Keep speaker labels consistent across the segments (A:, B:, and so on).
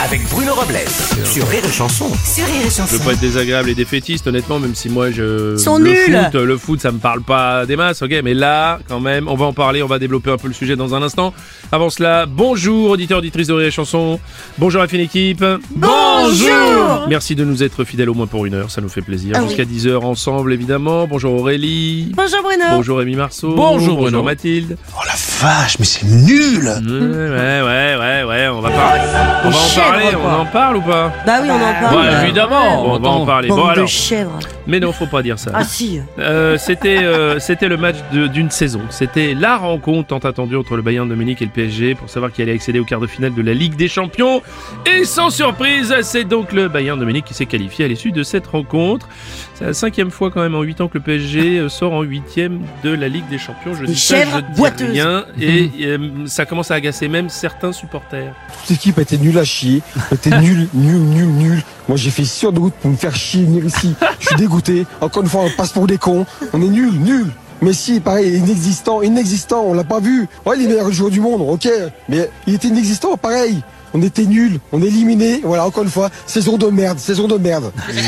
A: avec Bruno Robles sur Rire et Chanson.
B: Je veux pas être désagréable et défaitiste, honnêtement, même si moi je.
C: Ils sont
B: le
C: nuls.
B: Foot, le foot, ça me parle pas des masses, ok, mais là, quand même, on va en parler, on va développer un peu le sujet dans un instant. Avant cela, bonjour, auditeurs, auditrices de Rire et Chanson. Bonjour à fine équipe.
C: Bonjour.
B: Merci de nous être fidèles au moins pour une heure, ça nous fait plaisir.
C: Ah oui.
B: Jusqu'à 10h ensemble, évidemment. Bonjour Aurélie.
C: Bonjour Bruno.
B: Bonjour Rémi Marceau.
D: Bonjour,
B: Bonjour
D: Bruno.
B: Mathilde.
E: Oh la vache, mais c'est nul
B: Ouais, ouais, ouais, ouais, on va parler. On va en
C: Chèvre,
B: parler,
C: quoi.
B: on en parle ou pas
C: Bah oui, on en parle.
D: Bah,
B: Ouais,
D: évidemment.
B: Bon, on va en
D: Attends.
B: parler.
C: Bande
B: Bon,
C: de
B: alors.
C: chèvres.
B: Mais non, faut pas dire ça.
C: Ah si.
B: Euh, c'était euh, c'était le match de- d'une saison. C'était la rencontre tant attendue entre le Bayern de Munich et le PSG pour savoir qui allait accéder au quart de finale de la Ligue des Champions. Et sans surprise, c'est donc le Bayern de Munich qui s'est qualifié à l'issue de cette rencontre. C'est la cinquième fois quand même en huit ans que le PSG euh, sort en huitième de la Ligue des Champions. Je
C: Des
B: dis ça,
C: chèvres
B: je dis
C: boiteuses.
B: rien.
C: Mmh.
B: Et euh, ça commence à agacer même certains supporters.
F: Toute l'équipe a été nulle à chier, a été nulle, nulle, nulle, nulle. Moi j'ai fait sur de route pour me faire chier venir ici. Je suis dégoûté. Encore une fois, on passe pour des cons. On est nuls, nuls. Messi, pareil, inexistant, inexistant, on l'a pas vu. Ouais, il est le meilleur joueur du monde, ok. Mais il était inexistant, pareil. On était nuls, on est éliminés. Voilà, encore une fois, saison de merde, saison de merde.
B: Ouais, ouais,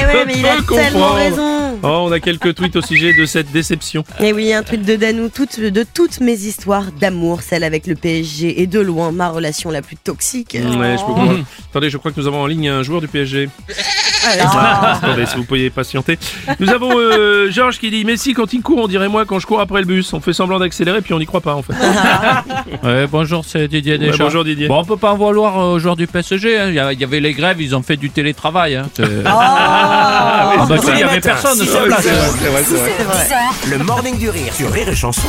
B: je
C: ouais, mais il a
B: peux
C: tellement
B: comprendre.
C: raison.
B: Oh, on a quelques tweets au sujet de cette déception.
C: Et oui, un tweet de Danou, toutes, de toutes mes histoires d'amour, celle avec le PSG est de loin ma relation la plus toxique.
B: Ouais, Mm, je peux comprendre. Attendez, je crois que nous avons en ligne un joueur du PSG.
C: Ah,
B: Attendez, si vous pouviez patienter. Nous avons euh, Georges qui dit Messi, quand il court, on dirait moi quand je cours après le bus. On fait semblant d'accélérer, puis on n'y croit pas en fait.
D: Ouais, bonjour, c'est Didier
B: Ouais,
D: Deschamps.
B: bonjour Didier.
D: Bon, on peut pas en vouloir euh, aux joueurs du PSG. hein. Il y a- il y avait les grèves, ils ont fait du télétravail. hein. C'est- Ah bah,
B: c'est
D: si, il y avait
B: matin.
D: personne sur
B: Ouais,
D: place.
B: c'est vrai, c'est vrai, c'est vrai.
C: C'est vrai.
A: Le Morning du Rire sur Rire et Chanson.